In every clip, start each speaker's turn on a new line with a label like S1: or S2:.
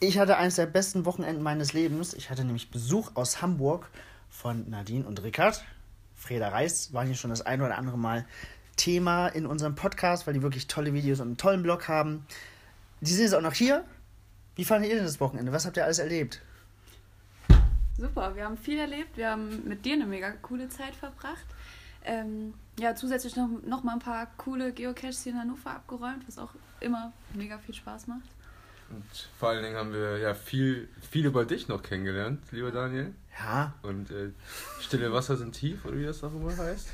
S1: Ich hatte eines der besten Wochenenden meines Lebens. Ich hatte nämlich Besuch aus Hamburg von Nadine und Rickard. Freda Reis waren hier schon das ein oder andere Mal Thema in unserem Podcast, weil die wirklich tolle Videos und einen tollen Blog haben. Die sind jetzt auch noch hier. Wie fandet ihr denn das Wochenende? Was habt ihr alles erlebt?
S2: Super, wir haben viel erlebt. Wir haben mit dir eine mega coole Zeit verbracht. Ähm, ja, zusätzlich noch, noch mal ein paar coole Geocaches hier in Hannover abgeräumt, was auch immer mega viel Spaß macht.
S3: Und vor allen Dingen haben wir ja viel, viel über dich noch kennengelernt, lieber Daniel.
S1: Ja,
S3: Und äh, stille Wasser sind tief, oder wie das auch immer heißt.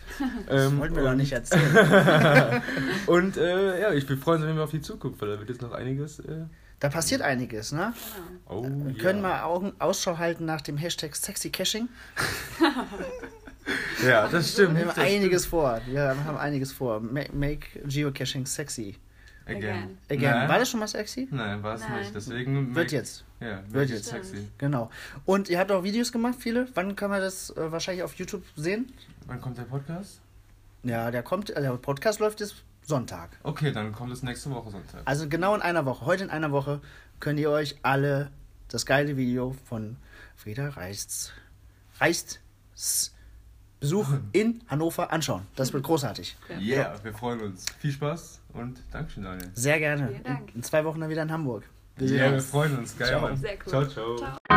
S1: das
S3: Ähm,
S1: wollten wir
S3: und-
S1: doch nicht erzählen.
S3: Und äh, ja, ich bin freuen mich auf die Zukunft, weil da wird jetzt noch einiges. Äh,
S1: Da passiert einiges, ne?
S2: Genau.
S3: oh,
S1: Wir
S3: ja.
S1: können mal Augen Ausschau halten nach dem Hashtag SexyCaching.
S3: Ja, das stimmt.
S1: Wir haben
S3: das
S1: einiges vor. Wir haben einiges vor. Ma- Make Geocaching sexy.
S3: stimmt. Again.
S1: Again.
S3: Nein.
S1: War das schon mal sexy?
S3: Nein, war es
S2: Nein.
S3: nicht. Deswegen.
S1: Wird jetzt.
S3: Ja,
S1: Wird
S3: wird
S1: jetzt.
S3: jetzt. Sexy.
S1: Genau. Und ihr habt auch Videos gemacht, viele. Wann kann man das äh, wahrscheinlich auf YouTube sehen?
S3: Wann kommt der Podcast?
S1: Ja, der kommt, äh, der Podcast läuft jetzt Sonntag.
S3: Okay, dann kommt es nächste Woche Sonntag.
S1: Also genau in einer Woche, heute in einer Woche, könnt ihr euch alle das geile Video von Frieda Reists, Reists Besuch in Hannover anschauen. Das wird großartig.
S3: Yeah, wir freuen uns. Viel Spaß und Dankeschön, Daniel.
S1: Sehr gerne.
S2: Vielen Dank.
S1: In, in zwei Wochen dann wieder in Hamburg.
S3: Ja, wir freuen uns. Geil.
S1: Ciao.
S3: Mann.
S2: Sehr cool.
S3: Ciao, ciao.
S2: Ciao.